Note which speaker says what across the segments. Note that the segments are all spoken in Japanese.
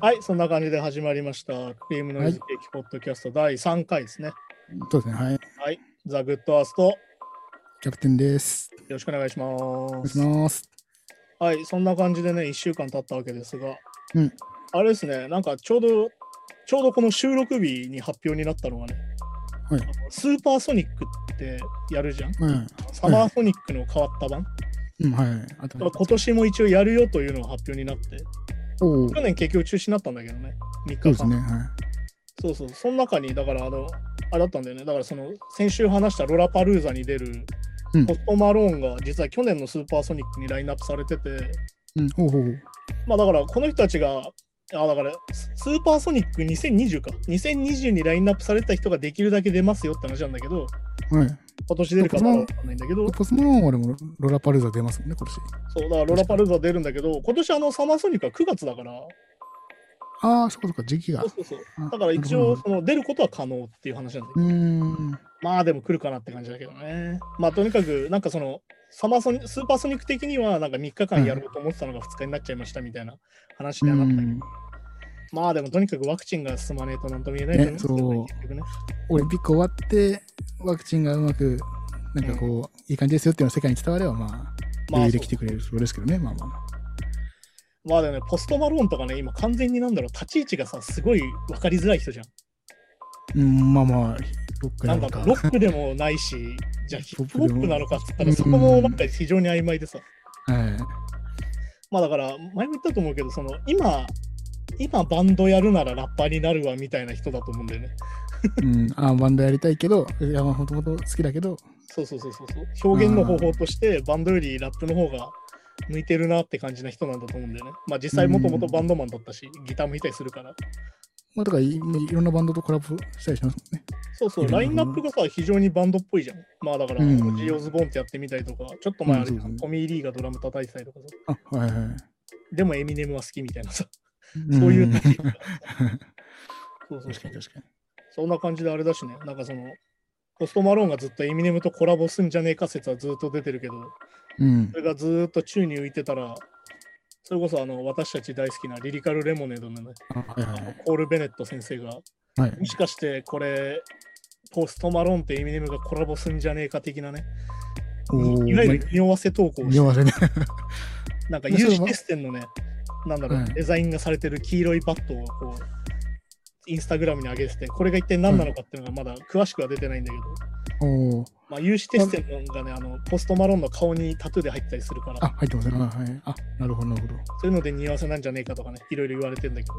Speaker 1: はい、そんな感じで始まりました。クリームノイズケーキポッドキャスト第3回ですね。
Speaker 2: そうですね、はい。
Speaker 1: はい、ザ・グッド・アースト、よ
Speaker 2: キャプテンです。
Speaker 1: ろしくお願いし
Speaker 2: お願
Speaker 1: ま
Speaker 2: い
Speaker 1: す。
Speaker 2: します。
Speaker 1: はい、そんな感じでね、1週間経ったわけですが、
Speaker 2: うん
Speaker 1: あれですね、なんかちょうど、ちょうどこの収録日に発表になったのがね、
Speaker 2: はい
Speaker 1: あのスーパーソニックってやるじゃん。
Speaker 2: うん、
Speaker 1: サマーソニックの変わった版。
Speaker 2: うん、はい。あと、
Speaker 1: 今年も一応やるよというのが発表になって、
Speaker 2: おお、そ
Speaker 1: 去年結局中止になったんだけどね、3日
Speaker 2: う
Speaker 1: 間。
Speaker 2: ですね、は
Speaker 1: そうそう、その中に、だから、あの、あれだったんだよね。だから、その、先週話したロラパルーザに出る
Speaker 2: うん、
Speaker 1: ポストマローンが、実は去年のスーパーソニックにラインナップされてて、
Speaker 2: い。うん、ほうほうほう。
Speaker 1: まあ、だから、この人たちが、あ、だから、ススーパーソニック2020か。2020にラインナップされた人ができるだけ出ますよって話なんだけど、
Speaker 2: はい。
Speaker 1: 今年出るかどうかわかんないんだけど、
Speaker 2: ポスモローンは俺もロラパルザ出ますもんね、今年。
Speaker 1: そう、だからロラパルーザ出るんだけど、今年あの、サマーソニックは9月だから、
Speaker 2: ああ、そこそこ、時期が
Speaker 1: そう。そうそう。
Speaker 2: あ
Speaker 1: だから一
Speaker 2: なる
Speaker 1: 応、
Speaker 2: ほど
Speaker 1: その、出ることは可能っていう話なんだけど
Speaker 2: うーん、
Speaker 1: まあでも来るかなって感じだけどね。まあとにかく、なんかその、サマソニスーパーソニック的には、なんか3日間やろうと思ってたのが2日になっちゃいましたみたいな話に
Speaker 2: う
Speaker 1: はなったけど、
Speaker 2: ん。
Speaker 1: まあでもとにかくワクチンが進まねえとなんとも言えないと思うんですけどね
Speaker 2: ねそう
Speaker 1: 結局ね。
Speaker 2: オリンピック終わって、ワクチンがうまく、なんかこう、いい感じですよっていうのが世界に伝われば、まあ、
Speaker 1: まあ
Speaker 2: 余裕
Speaker 1: そう
Speaker 2: で来てくれる、それですけどね、まあまあまあ。
Speaker 1: まあでもね、ポストマローンとかね、今完全になんだろう、立ち位置がさ、すごい分かりづらい人じゃん。
Speaker 2: うん、まあまあ、ロック
Speaker 1: な
Speaker 2: なんの
Speaker 1: だろ
Speaker 2: か
Speaker 1: う、。ロックでもない し、じゃあヒップホップなのかっつった
Speaker 2: う
Speaker 1: ら、
Speaker 2: ん
Speaker 1: そこもなんか非常に曖昧でさ。
Speaker 2: はい。
Speaker 1: まあだから、前も言ったと思うけど、その、今、今バンドやるならラッパーになるわみたいな人だと思うんだよね。
Speaker 2: うん、ああ、バンドやりたいけど、いや、まあ、もともと好きだけど、
Speaker 1: そうそうそうそうそう。表現の方法としてバンドよりラップの方が向いてるなって感じな人なんだと思うんだよね。まあ実際もともとバンドマンだったし、ギターも弾いたりするから。
Speaker 2: まあ、とかい、いろんなバンドとコラボしたりしますもんね。
Speaker 1: そうそう、
Speaker 2: いろ
Speaker 1: ライ
Speaker 2: いろ
Speaker 1: ン
Speaker 2: な
Speaker 1: ナップがさ、非常にバンドっぽいじゃん。まあだから、
Speaker 2: うん
Speaker 1: ジオズボーンってやってみたりとか、ちょっと前あれじゃ
Speaker 2: うん
Speaker 1: ん、
Speaker 2: そうそう
Speaker 1: トミー・リーがドラム叩いてたりとかさ、
Speaker 2: あ、はいはい。
Speaker 1: でもエミネムは好きみたいなさ、
Speaker 2: ん
Speaker 1: そういう 立ち位置が。
Speaker 2: 確
Speaker 1: そうそうそ
Speaker 2: か
Speaker 1: う
Speaker 2: に確かに。
Speaker 1: そんな感じであれだしね、なんかその、ポストマローンがずっとエミネムとコラボすんじゃねえか説はずっと出てるけど、
Speaker 2: うん
Speaker 1: そ。れがずーっと宙に浮いてたら、それこそあの私たち大好きなリリカルレモネードのね、
Speaker 2: あはいは
Speaker 1: あ
Speaker 2: いは
Speaker 1: の
Speaker 2: い。
Speaker 1: コール・ベネット先生が、
Speaker 2: はい、
Speaker 1: もしかしてこれ、ポストマローンってエミネムがコラボすんじゃねえか的なね、
Speaker 2: お
Speaker 1: いわゆる匂わせ投稿をし
Speaker 2: 見合わせね。
Speaker 1: なんか
Speaker 2: まあ
Speaker 1: 有
Speaker 2: そ
Speaker 1: 刺
Speaker 2: れは
Speaker 1: 鉄線のね、なんだろう、
Speaker 2: はい
Speaker 1: デザインがされてる黄色いバットをこう、インスタグラムに上げてて、これが一体何なのかっていうのがまだ詳しくは出てないんだけど、
Speaker 2: おお。
Speaker 1: まあ、有刺鉄線のがね、あの、ポストマローンの顔にタトゥーで入ってたりするから
Speaker 2: あ、、入ってますね。あはい。あ、なるほど、なるほど。
Speaker 1: そういうので匂わせなんじゃねえかとかね、いろいろ言われてんだけど、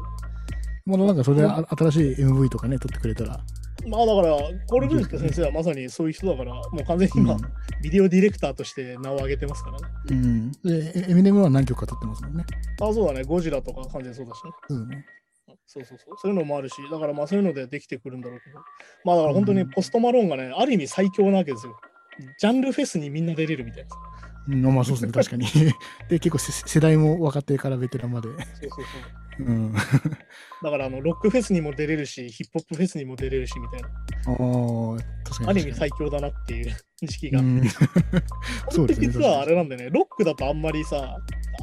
Speaker 2: まだなんかそれ、あ新しい MV とかね、撮ってくれたら。
Speaker 1: まあだから、コール・ブルット先生はまさにそういう人だから、もう完全に今、ビデオディレクターとして名を上げてますからね。
Speaker 2: うん。うん。で、エエミネムは何曲か撮ってますもんね。
Speaker 1: あ、そうだね、ゴジラとか完全にそうだしね。
Speaker 2: そう
Speaker 1: そう
Speaker 2: ですね。
Speaker 1: そうそう。そういうのもあるし、だからまあそういうのでできてくるんだろうけど、まあだから本当にポストマローンがね、ある意味最強なわけですよ。ジャンルフェスにみんな出れるみたいな。
Speaker 2: うん、まあそうですね、確かに。 で、結構せ世代も若手からベテランまで。
Speaker 1: そうそうそう。
Speaker 2: うん。あ
Speaker 1: だからあの、ロックフェスにも出れるし、ヒップホップフェスにも出れるしみたいな。
Speaker 2: あ、確か
Speaker 1: あ
Speaker 2: に。
Speaker 1: る意味最強だなっていう意識が。
Speaker 2: うんそうですね。
Speaker 1: 実はあれなんだよね、ロックだとあんまりさ、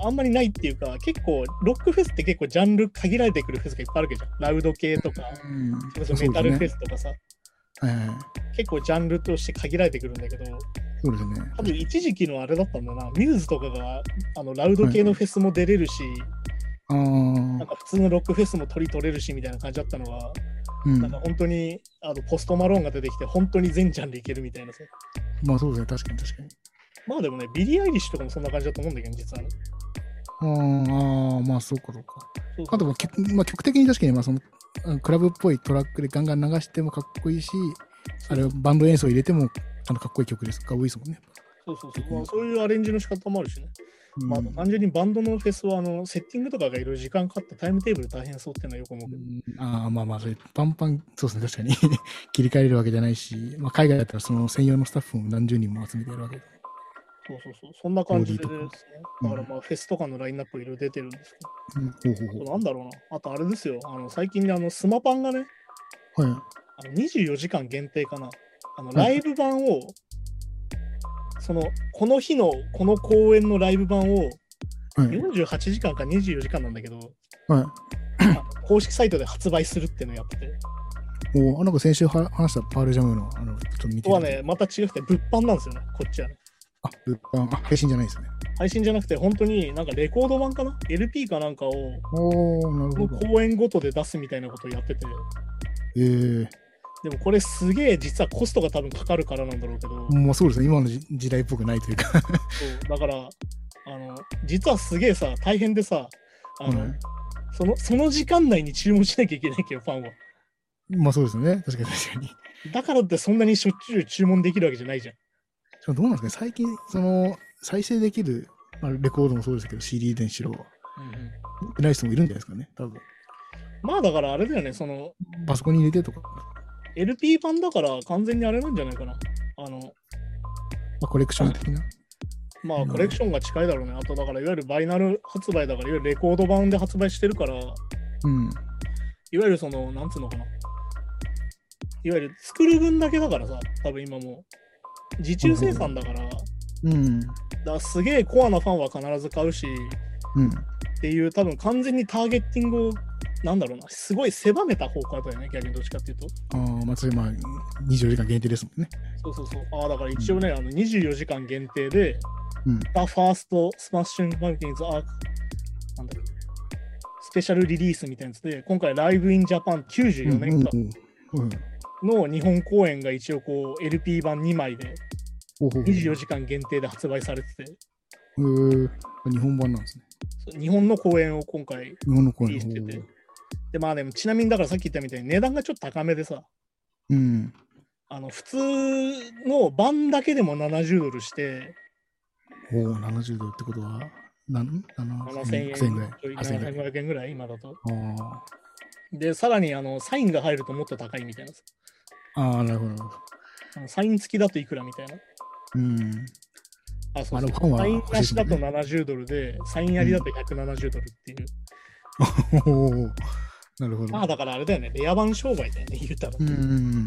Speaker 1: あんまりないっていうか、結構、ロックフェスって結構ジャンル限られてくるフェスがいっぱいあるわけじゃん。ラウド系とか、
Speaker 2: うん
Speaker 1: それこそメタルフェ
Speaker 2: そ
Speaker 1: スとかさ、
Speaker 2: うですねはいはい。
Speaker 1: 結構ジャンルとして限られてくるんだけど、
Speaker 2: そうですね。
Speaker 1: 多分一時期のあれだったんだな、ミューズとかがあのラウド系のフェスも出れるし、
Speaker 2: ああ。
Speaker 1: なんか普通のロックフェスも取り取れるしみたいな感じだったのが、
Speaker 2: うん
Speaker 1: なんか本当にあのポストマローンが出てきて、本当に全ジャンルいけるみたいなさ。
Speaker 2: まあそうですね、確かに確かに。
Speaker 1: まあでもね、ビリー・アイリッシュとかもそんな感じだと思うんだけど、実はね。
Speaker 2: あーあー、まあそうかそうか。
Speaker 1: そうそう
Speaker 2: あとまあ、曲まあ、曲的に確かにまあそのあクラブっぽいトラックでガンガン流してもかっこいいし、あれバンド演奏入れてもあのかっこいい曲ですが多いですもんね。
Speaker 1: そうそうそう。まあそういうアレンジの仕方もあるしね。
Speaker 2: うん
Speaker 1: まあ、単純にバンドのフェスはあのセッティングとかがいろいろ時間かかってタイムテーブル大変そうっていうのはよく思うけど、
Speaker 2: ああまあまあそれパンパンそうですね確かに 切り替えれるわけじゃないし、まあ、海外だったらその専用のスタッフも何十人も集めてやるわけで
Speaker 1: そうそうそう、そんな感じでですね
Speaker 2: OD と。
Speaker 1: だからまあフェスとかのラインナップいろいろ出てるんですけ
Speaker 2: うん、ほうほ
Speaker 1: ど、
Speaker 2: う
Speaker 1: なんだろうな、あとあれですよ、あの最近ねあのスマパンがね、
Speaker 2: ほうはい
Speaker 1: あの24時間限定かな、あの
Speaker 2: い
Speaker 1: ライブ版を、そのこの日のこの公演のライブ版を
Speaker 2: はい
Speaker 1: 48時間か24時間なんだけど、
Speaker 2: はい
Speaker 1: あの公式サイトで発売するっていうのをやってて、
Speaker 2: おーあなんか先週は話したパールジャムの、あの、ちょっと見て
Speaker 1: ここはね、また違くて物販なんですよね、こっちはね。
Speaker 2: あ、物販、あ、配信じゃないですね。
Speaker 1: 配信じゃなくて、本当になんかレコード版かな ?LP かなんかを、
Speaker 2: おー、なる
Speaker 1: も
Speaker 2: ほ
Speaker 1: う
Speaker 2: ど。
Speaker 1: 公演ごとで出すみたいなことをやってて、
Speaker 2: えー、
Speaker 1: でもこれすげえ実はコストが多分かかるからなんだろうけど、
Speaker 2: もうそうですね、今の時時代っぽくないというか。
Speaker 1: そうだからあの実はすげえさ大変でさあの、
Speaker 2: うん
Speaker 1: そのその時間内に注文しなきゃいけないけどファンは
Speaker 2: まあそうですよね、確かに確かに。
Speaker 1: だからってそんなにしょっちゅう注文できるわけじゃないじゃん
Speaker 2: しかもどうなんですかね、最近、その、再生できる、まあ、レコードもそうですけど、CD 電子ろ、持ってない人もいるんじゃないですかね、多分。
Speaker 1: まあだからあれだよねその
Speaker 2: パソコンに入れてとか、
Speaker 1: LP 版だから完全にあれなんじゃないかなあの
Speaker 2: まあ、コレクション的な。
Speaker 1: ま
Speaker 2: う
Speaker 1: あ
Speaker 2: ん
Speaker 1: コレクションが近いだろうねあとだからいわゆるバイナル発売だからいわゆるレコード版で発売してるからいわ
Speaker 2: うん。
Speaker 1: ゆるそのなんつうのかないわゆる作る分だけだからさ多分今もう受注生産だから、
Speaker 2: うん。
Speaker 1: だからすげえコアなファンは必ず買うし
Speaker 2: うん。
Speaker 1: っていう多分完全にターゲッティングをなんだろうなすごい狭めた方向だよね逆にどっちかっていうと
Speaker 2: ああ、まあ、それまあ、24時間限定ですもんね。
Speaker 1: そうそうそうああだから一応ね、あの24時間限定で
Speaker 2: うん。
Speaker 1: 「THEFIRST SMASHING PUMPKINS アークなんだろうスペシャルリリースみたいなやつで今回ライブインジャパン94年間
Speaker 2: うんうんうん。
Speaker 1: の日本公演が一応こう LP 版2枚で
Speaker 2: ほうほうほう
Speaker 1: 24時間限定で発売されてて
Speaker 2: へー日本版なんですね。
Speaker 1: そう日本の公演を今回
Speaker 2: 日本の声
Speaker 1: リリースしててでまあでもちなみにだからさっき言ったみたいに値段がちょっと高めでさ
Speaker 2: うん。
Speaker 1: あの普通の版だけでも70ドルして
Speaker 2: おお、70ドルってことは、なん
Speaker 1: 7000
Speaker 2: 7000
Speaker 1: 円
Speaker 2: 円ぐらい。
Speaker 1: ちょい
Speaker 2: 8000円ぐらい。
Speaker 1: 7500円ぐらい今だと
Speaker 2: あ
Speaker 1: でさらにあのサインが入るともっと高いみたいなさ
Speaker 2: あ、ああなるほどなるほど。
Speaker 1: あのサイン付きだといくらみたいな
Speaker 2: うん。
Speaker 1: あそうそ
Speaker 2: あの
Speaker 1: う
Speaker 2: ファンは
Speaker 1: サインなしだと
Speaker 2: 欲しい
Speaker 1: 70ドルでサインありだと170ドルっていう、
Speaker 2: おお、なるほど。
Speaker 1: まあだからあれだよねレア版商売だよね言うたら、
Speaker 2: うんうんうん。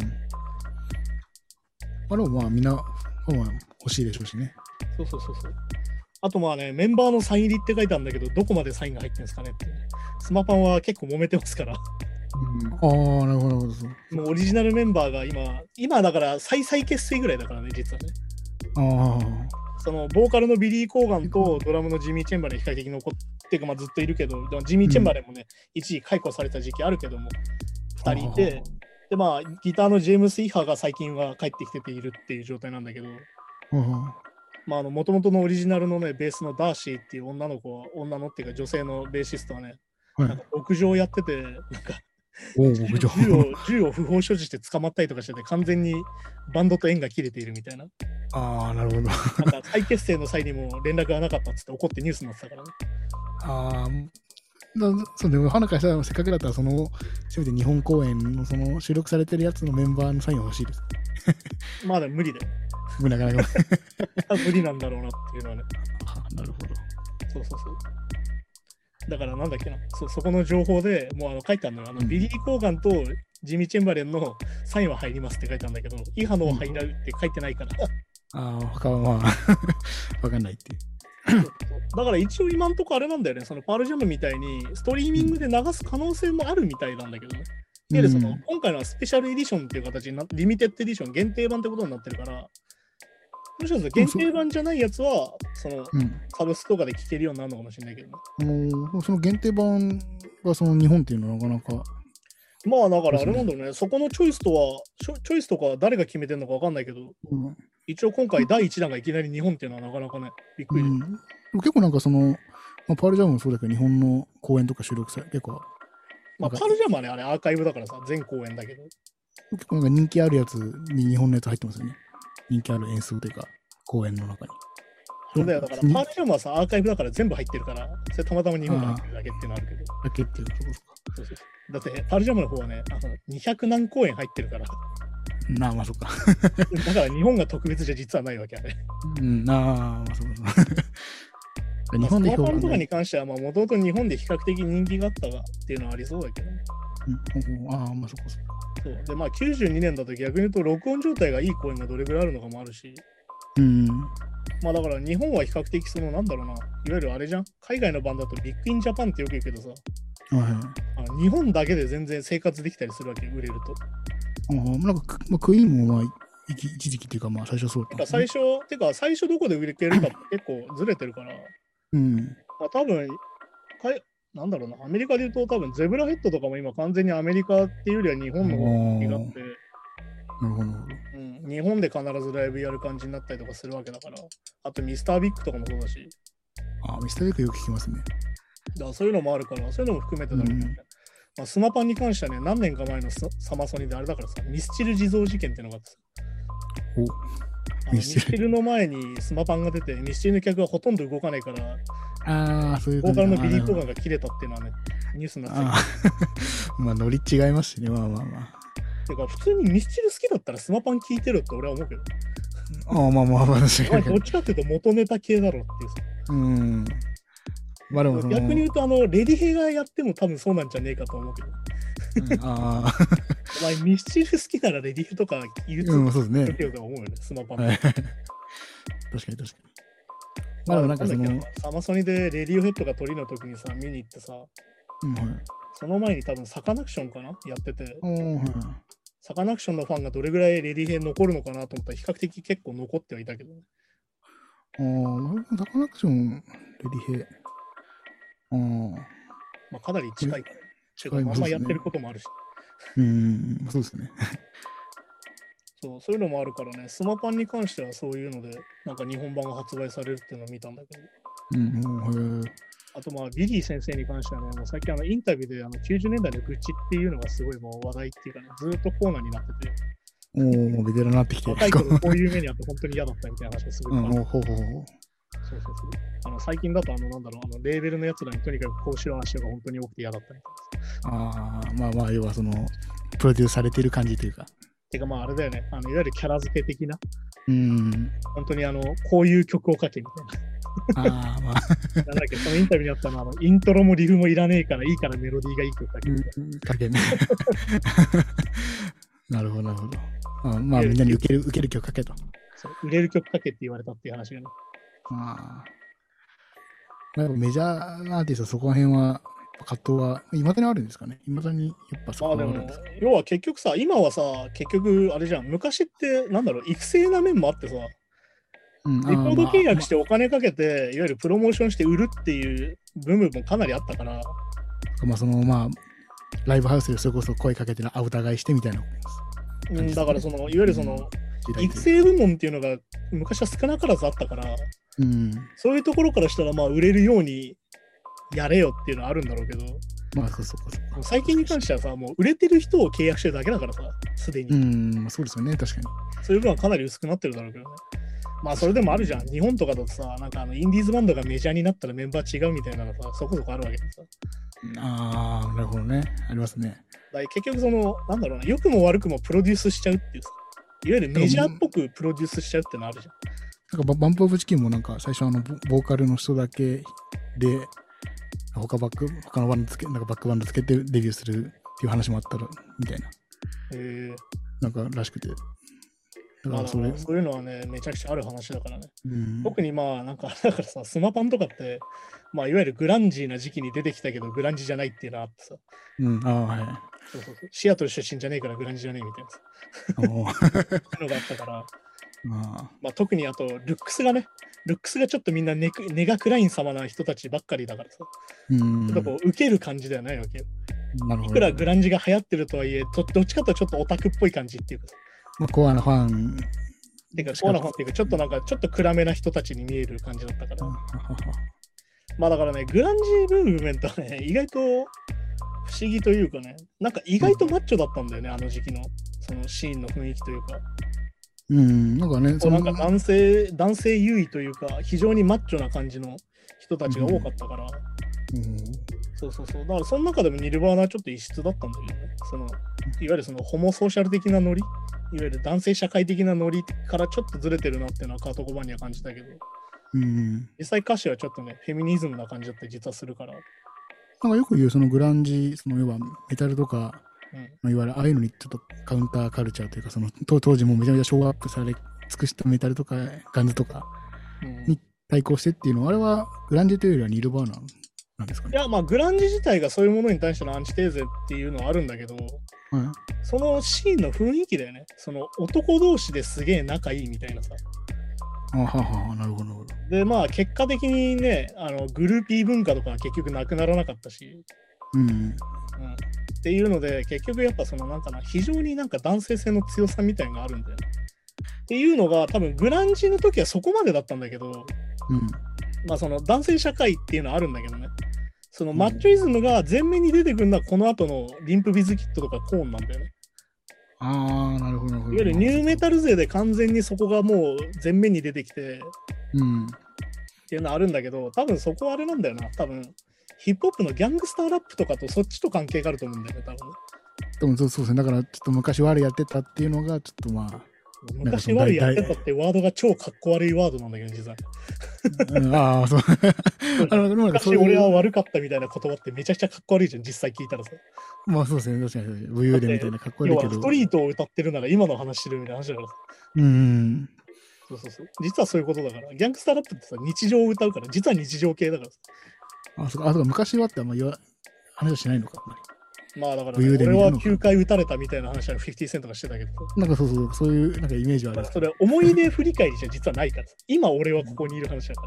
Speaker 2: あれもまあ、みんな、ファンは欲しいでしょうしね。
Speaker 1: そうそうそうそうあとまあねメンバーのサイン入りって書いてあるんだけどどこまでサインが入ってるんですかねっていうねスマパンは結構揉めてますから
Speaker 2: うん、ああ、なるほど、なるほど。そう
Speaker 1: もうオリジナルメンバーが今、今だから再々結成ぐらいだからね、実はね。
Speaker 2: あ
Speaker 1: そのボーカルのビリー・コーガンとドラムのジミー・チェンバレン比較的残っていうか、まあ、ずっといるけど、でもジミー・チェンバレンもね、一時解雇された時期あるけども、
Speaker 2: あ。
Speaker 1: 2人いて、でまあ、ギターのジェームス・イハーが最近は帰ってきてているっていう状態なんだけど、
Speaker 2: ああ。
Speaker 1: まあ、あの元々のオリジナルのね、ベースのダーシーっていう女の子は、女のっていうか女性のベーシストはね、
Speaker 2: は
Speaker 1: なん
Speaker 2: い。
Speaker 1: か屋上やってて、なんか
Speaker 2: おお、僕じゃ
Speaker 1: 銃を銃を不法所持して捕まったりとかしてて、完全にバンドと縁が切れているみたいな。
Speaker 2: ああ、なるほど。
Speaker 1: なんか再結成の際にも連絡がなかったっつって怒ってニュースになってたからね。
Speaker 2: ああ、だそうでも、花からしたらせっかくだったら、その、せめて日本公演のその収録されてるやつのメンバーのサインが欲しいです。
Speaker 1: まあでも無理だよ。
Speaker 2: もうなかなか。
Speaker 1: 無理なんだろうなっていうのはね。
Speaker 2: ああなるほど。
Speaker 1: そうそうそう。だからなんだっけな、そそこの情報でもうあの書いてあるのよ。あの
Speaker 2: うん
Speaker 1: ビリー・コーガンとジミー・チェンバレンのサインは入りますって書いてあるんだけど、イハノは入らないって書いてないから。
Speaker 2: ああ、他はまあ、 わかんないっていう。
Speaker 1: そうそうだから一応今んとこあれなんだよね、そのパールジャムみたいにストリーミングで流す可能性もあるみたいなんだけどね。いわゆるその、
Speaker 2: うん
Speaker 1: 今回のはスペシャルエディションっていう形になリミテッドエディション限定版ってことになってるから、もしかすると限定版じゃないやつは、その
Speaker 2: うん。
Speaker 1: サブスとかで聴けるようになるのかもしれないけどね。
Speaker 2: あのその限定版がその日本っていうのはなかなか、
Speaker 1: まあだからあれなんだろうね、そこのチョイスとは、チョチョイスとかは誰が決めてるのかわかんないけど、
Speaker 2: うん
Speaker 1: 一応今回第1弾がいきなり日本っていうのはなかなかね、びっく
Speaker 2: う
Speaker 1: りだよ
Speaker 2: ん、でも結構なんかその、まあ、パールジャムもそうだけど日本の公演とか収録され結構
Speaker 1: まあ
Speaker 2: なん
Speaker 1: パ
Speaker 2: か
Speaker 1: ールジャムはね、あれアーカイブだからさ、全公演だけど。
Speaker 2: 結構なんか人気あるやつに日本のやつ入ってますよね人気ある演奏というか公演の中に
Speaker 1: そうだよ、だから、パ
Speaker 2: に
Speaker 1: ールジャムはさ、アーカイブだから全部入ってるから、それたまたま日本が入ってるだけっていうのあるけど、
Speaker 2: だけっていうことですか
Speaker 1: そうそうそうだって、パールジャムの方はね、あの200何公演入ってるから、
Speaker 2: なあまあそっか
Speaker 1: だから日本が特別じゃ実はないわけあれ。
Speaker 2: うんなあまあそっかそっか日本で評
Speaker 1: まあスノーパ
Speaker 2: 判
Speaker 1: ンと
Speaker 2: な
Speaker 1: か
Speaker 2: い
Speaker 1: に関しては、まあ、もともと日本で比較的人気があったがっていうのはありそうだけど、ね、
Speaker 2: うんうんああまあそっかそっか
Speaker 1: そう。で、まあ、92年だと逆に言うと、録音状態がいい公演がどれぐらいあるのかもあるし、
Speaker 2: うん
Speaker 1: まあ、だから日本は比較的、その、なんだろうな、いわゆるあれじゃん、海外のバンドだとビッグインジャパンってよく言うけどさ、
Speaker 2: はい
Speaker 1: あの日本だけで全然生活できたりするわけ、売れると。
Speaker 2: うんなんか、まあ、クイーンも、まあ、一一時期っていうか、まあ、最初そうだった
Speaker 1: て
Speaker 2: ん
Speaker 1: か
Speaker 2: です
Speaker 1: 最
Speaker 2: ね。
Speaker 1: 初、てか最初どこで売れてるかも結構ずれてるから、
Speaker 2: うん。
Speaker 1: まあ多分かいなんだろうな、アメリカで言うと多分ゼブラヘッドとかも今完全にアメリカっていうよりは日本の方になって、
Speaker 2: なるほど。
Speaker 1: うん、日本で必ずライブやる感じになったりとかするわけだから、あとミスタービッグとかもそうだし、
Speaker 2: あ、ミスターベックよく聞きますね。
Speaker 1: だからそういうのもあるから、そういうのも含めてだけど、
Speaker 2: うん
Speaker 1: ねまあ、スマパンに関してはね、何年か前のスサマソニであれだからさ、ミスチル地蔵事件っていうのがあってさ、
Speaker 2: お
Speaker 1: あのミ
Speaker 2: ミスチル
Speaker 1: スチルの前にスマパンが出て、ミスチルの客がほとんど動かないから、
Speaker 2: ああ、そういう
Speaker 1: ボ
Speaker 2: 感
Speaker 1: ー
Speaker 2: じ
Speaker 1: カルのビリー・コーガンが切れたっていうのはね、ニュースになってた
Speaker 2: ああ、まあ、ノリ違いますしね、まあまあまあ。
Speaker 1: けど。てか、普通にミスチル好きだったらスマパン聴いてるって俺は思うけど、
Speaker 2: ああ、まあまあまあ、確
Speaker 1: ま
Speaker 2: か
Speaker 1: あどっ
Speaker 2: に。
Speaker 1: ちかっていうと元ネタ系だろうっていうさ
Speaker 2: うん。まあでもその、
Speaker 1: 逆に言うと、あの、レディヘがやっても多分そうなんじゃねえかと思うけど、
Speaker 2: うんああ、
Speaker 1: お前ミスチル好きならレディヘとか言うと、
Speaker 2: うん、そうですね。
Speaker 1: っていうか思うよね、スマパンの。
Speaker 2: はい確かに確かに。まあでもなんかその、
Speaker 1: だ
Speaker 2: う
Speaker 1: っ
Speaker 2: ん
Speaker 1: け
Speaker 2: は
Speaker 1: なサマソニでレディオヘッドが鳥の時にさ、見に行ってさ、
Speaker 2: い。
Speaker 1: その前に多分サカナクションかなやってて、
Speaker 2: おーはいはい
Speaker 1: サカナクションのファンがどれぐらいレディヘ残るのかなと思ったら、比較的結構残ってはいたけどね。
Speaker 2: ああ、サカナクション、レディヘイ。ああ、
Speaker 1: まあ、かなり近いから。ていうか
Speaker 2: 近い
Speaker 1: まあ
Speaker 2: もんですね
Speaker 1: まあやってることもあるし。
Speaker 2: うん、そうですね。
Speaker 1: そう、そういうのもあるからね、スマパンに関してはそういうので、なんか日本版が発売されるっていうのを見たんだけど。
Speaker 2: うん、うん、へ
Speaker 1: あとまあ、ビリー先生に関してはね、もう最近あのインタビューであの90年代の愚痴っていうのがすごいもう話題っていうかね、ずーっとコーナーになってて、
Speaker 2: え。おお、ベテランになってきて。
Speaker 1: 若い頃こういう目にあって本当に嫌だったみたいな話をすご
Speaker 2: う
Speaker 1: い
Speaker 2: ん、
Speaker 1: あ
Speaker 2: おーほうほうほう。
Speaker 1: そうそうそう。あの最近だと、あの、なんだろう、あのレーベルのやつらにとにかくこうしろああしろが本当に多くて嫌だったみたいです。
Speaker 2: ああ、まあまあ、要はその、プロデュースされてる感じというか。
Speaker 1: てか、まあ、あれだよね、あのいわゆるキャラ付け的な、
Speaker 2: うん。
Speaker 1: 本当にあの、こういう曲を書けみたい
Speaker 2: ああ、ま
Speaker 1: な。な
Speaker 2: あ、
Speaker 1: んだっけ、そのインタビューにあったのは、あの、イントロもリフもいらねえから、いいからメロディーがいい曲書けみたいな。
Speaker 2: かけね。なるほど、なるほど。あまあ、みんなに受ける、受ける曲かけと。
Speaker 1: そう売れる曲書けって言われたっていう話がね。
Speaker 2: ああ。やっぱメジャーなアーティストはそこら辺は、葛藤は、いまだにあるんですかね。いまだに、やっぱそ
Speaker 1: ま
Speaker 2: こ
Speaker 1: あで
Speaker 2: はあるん
Speaker 1: も
Speaker 2: ですか。、
Speaker 1: 要は結局さ、今はさ、結局、あれじゃん、昔って、なんだろう、育成な面もあってさ、
Speaker 2: うん。
Speaker 1: レコード契約しててお金かけて、いわゆるプロモーションして売るっていうブームもかなりあったから、
Speaker 2: まあまあ、その、まあ、ライブハウスでそれこそ声かけてな、あ、疑いしてみたいな。
Speaker 1: うんだからその、いわゆるその、
Speaker 2: 時代という
Speaker 1: 育成部門っていうのが昔は少なからずあったから、
Speaker 2: うん。
Speaker 1: そういうところからしたら、まあ、売れるようにやれよっていうのはあるんだろうけど、
Speaker 2: まあ、そうそうそうそう。
Speaker 1: 最近に関してはさ、もう売れてる人を契約してるだけだからさ、すでに。
Speaker 2: うん、まあそうですよね、確かに。
Speaker 1: そういう分はかなり薄くなってるだろうけどね。まあ、それでもあるじゃん。日本とかだとさ、なんかあの、インディーズバンドがメジャーになったらメンバー違うみたいなのがさ、そこそこあるわけでさ。
Speaker 2: ああ、なるほどね。ありますね。
Speaker 1: だから結局その、なんだろうな、良くも悪くもプロデュースしちゃうっていうさ、いわゆるメジャーっぽくプロデュースしちゃうってのあるじゃん。
Speaker 2: なんかババンプ・オブ・チキンもなんか最初あのボボーカルの人だけで他バック他のバンドつけなんかバックバンドつけてデビューするっていう話もあったらみたいな
Speaker 1: へえ
Speaker 2: なんからしくてだか
Speaker 1: まあ、
Speaker 2: ら
Speaker 1: そ
Speaker 2: そうれ、
Speaker 1: いうのはね、めちゃくちゃある話だからね。
Speaker 2: うん、
Speaker 1: 特にまあ、なんか、だからさ、スマパンとかって、まあ、いわゆるグランジーな時期に出てきたけど、グランジじゃないっていうのはあってさ、
Speaker 2: うんああはい
Speaker 1: そうそうそうシアトル出身じゃねえからグランジじゃねえみたいなさ
Speaker 2: あ の
Speaker 1: そういうのがあったから、
Speaker 2: あ
Speaker 1: まあ、特にあと、ルックスがね、ルックスがちょっとみんなネクネガクライン様な人たちばっかりだからさ、
Speaker 2: ーうん
Speaker 1: ちょっとこう、受ける感じではないわけよ。
Speaker 2: なる
Speaker 1: い
Speaker 2: ほ
Speaker 1: く
Speaker 2: ど
Speaker 1: らグランジが流行ってるとはいえ、どどっちかというとちょっとオタクっぽい感じっていうかさ、
Speaker 2: まあ、コアなファン
Speaker 1: てか、コーナーファンっていうか、ちょっとなんか、ちょっと暗めな人たちに見える感じだったから
Speaker 2: あは。は
Speaker 1: まあだからね、グランジムーブメントはね、 意外と不思議というかね、なんか意外とマッチョだったんだよね、あの時期の、そのシーンの雰囲気というか、
Speaker 2: うんなんかね
Speaker 1: こう
Speaker 2: の
Speaker 1: なんか男性、男性優位というか、非常にマッチョな感じの人たちが多かったから、
Speaker 2: うん
Speaker 1: そうそうそう、だからその中でもニルバーナはちょっと異質だったんだけどね、その、いわゆるそのホモソーシャル的なノリ、いわゆる男性社会的なノリからちょっとずれてるなっていうのはカート・コバーンには感じたけど、
Speaker 2: うん
Speaker 1: 実際歌詞はちょっとね、フェミニズムな感じだって実はするから、
Speaker 2: なんかよく言うそのグランジその要はメタルとか
Speaker 1: うん。
Speaker 2: まあいわゆるああいうのにちょっとカウンターカルチャーというかその当当時もめちゃめちゃショーアップされ尽くしたメタルとかガンズとか
Speaker 1: うん
Speaker 2: 対抗してっていうのはあれはグランジというよりはニルバーナなんですか
Speaker 1: い
Speaker 2: ね。
Speaker 1: や、まあ、グランジ自体がそういうものに対してのアンチテーゼっていうのはあるんだけど、
Speaker 2: はい、
Speaker 1: そのシーンの雰囲気だよね。その男同士ですげえ仲いいみたいなさ。
Speaker 2: あはははなるほど、なるほど。
Speaker 1: で、まあ、結果的にね、あのグルーピー文化とかは結局なくならなかったし、
Speaker 2: うん。
Speaker 1: うん。っていうので、結局やっぱその、なんかな、非常になんか男性性の強さみたいのがあるんだよね。っていうのが、多分グランジの時はそこまでだったんだけど、
Speaker 2: うん。
Speaker 1: まあ、その男性社会っていうのはあるんだけどね。そのマッチョイズムが前面に出てくるのはこの後のリンプビズキットとかコーンなんだよね。
Speaker 2: ああ、なるほど、なるほど。
Speaker 1: いわゆるニューメタル勢で完全にそこがもう前面に出てきてっ
Speaker 2: うん。
Speaker 1: ていうのはあるんだけど、多分そこはあれなんだよな。多分ヒップホップのギャングスターラップとかとそっちと関係があると思うんだよね、多分。
Speaker 2: でもそうそうですね。だから、ちょっと昔悪いやってたっていうのが、ちょっとまあ、
Speaker 1: 昔ワールやってたってワードが超かっこ悪いワードなんだけど、実は。
Speaker 2: うんああ、そう。 あの、でもなんかそう
Speaker 1: 昔
Speaker 2: い
Speaker 1: 俺は
Speaker 2: う、
Speaker 1: 悪かったみたいな言葉ってめちゃくちゃかっこ悪いじゃん、実際聞いたらさ。
Speaker 2: まあそうですね。確かに、武勇伝みたいな、かっこいい
Speaker 1: 要
Speaker 2: け
Speaker 1: は
Speaker 2: ど
Speaker 1: ス。トリートを歌ってるなら今の話してるみたいな話だからさ。
Speaker 2: うん。
Speaker 1: そうそうそう。実はそういうことだから。ギャングスターラップってさ、日常を歌うから、実は日常系だからさ。
Speaker 2: あ、そうか、あ、そうか、昔はってあんま言わ、話はしないのか、あんまり。
Speaker 1: まあだから、
Speaker 2: 武勇伝
Speaker 1: 俺
Speaker 2: みたいな
Speaker 1: は
Speaker 2: の
Speaker 1: 9回打たれたみたいな話は50セントがしてたけど、
Speaker 2: なんかそうそう、そういう、なんかイメージはあ
Speaker 1: ま
Speaker 2: りま
Speaker 1: あ
Speaker 2: す。
Speaker 1: それは思い出振り返りじゃ実はないからさ、今俺はここにいる話だか